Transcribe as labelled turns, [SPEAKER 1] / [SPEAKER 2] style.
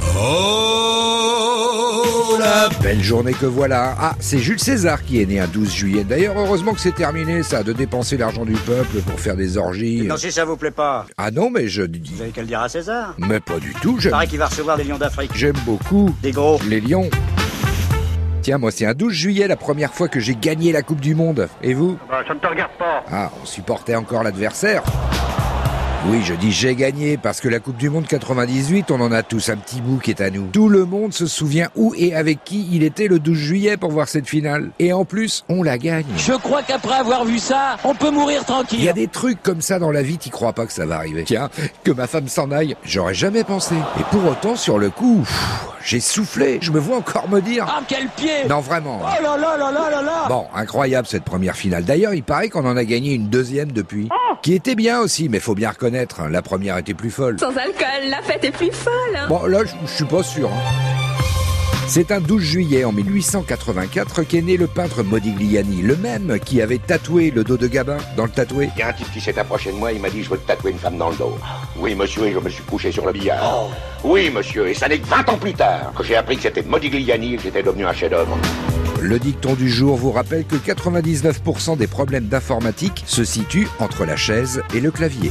[SPEAKER 1] la
[SPEAKER 2] Oh, Belle journée que voilà. Ah, c'est Jules César qui est né un 12 juillet. D'ailleurs, heureusement que c'est terminé, ça, de dépenser l'argent du peuple pour faire des orgies.
[SPEAKER 3] Non, si ça vous plaît pas,
[SPEAKER 2] Ah non, mais je dis...
[SPEAKER 3] vous avez qu'à le dire à César.
[SPEAKER 2] Mais pas du tout, je-
[SPEAKER 3] Il paraît qu'il va recevoir des lions d'Afrique.
[SPEAKER 2] j'aime beaucoup
[SPEAKER 3] Des gros.
[SPEAKER 2] les lions. Tiens, moi, c'est un 12 juillet la première fois que j'ai gagné la Coupe du Monde. Et vous
[SPEAKER 4] Bah, ça ne te regarde pas.
[SPEAKER 2] Ah, on supportait encore l'adversaire oui, je dis j'ai gagné parce que la Coupe du Monde 98, on en a tous un petit bout qui est à nous. Tout le monde se souvient où et avec qui il était le 12 juillet pour voir cette finale. Et en plus, on la gagne.
[SPEAKER 5] Je crois qu'après avoir vu ça, on peut mourir
[SPEAKER 2] Il y
[SPEAKER 5] tranquille.
[SPEAKER 2] a des trucs comme ça dans la vie, t'y crois pas que ça va arriver. Tiens, que ma femme s'en aille, j'aurais jamais pensé. Et pour autant, sur le coup, pff, j'ai soufflé. Je me vois encore me dire.
[SPEAKER 5] Ah, quel pied
[SPEAKER 2] Non, vraiment.
[SPEAKER 5] Oh là là là là là là
[SPEAKER 2] Bon, incroyable cette première finale. D'ailleurs, il paraît qu'on en a gagné une deuxième depuis. Qui était bien aussi, mais faut bien reconnaître, hein, la première était plus folle.
[SPEAKER 6] Sans alcool, la fête est plus folle. hein.
[SPEAKER 2] Bon, là, je je suis pas sûr. hein. C'est un 12 juillet en 1884 qu'est né le peintre Modigliani, le même qui avait tatoué le dos de Gabin dans le tatoué.
[SPEAKER 7] Il y a un type qui s'est approché de moi, il m'a dit je veux te tatouer une femme dans le dos. Oui monsieur, et je me suis couché sur le billard. Oui monsieur, et ça n'est que 20 ans plus tard que j'ai appris que c'était Modigliani et que j'étais devenu un chef-d'œuvre.
[SPEAKER 2] Le dicton du jour vous rappelle que 99% des problèmes d'informatique se situent entre la chaise et le clavier.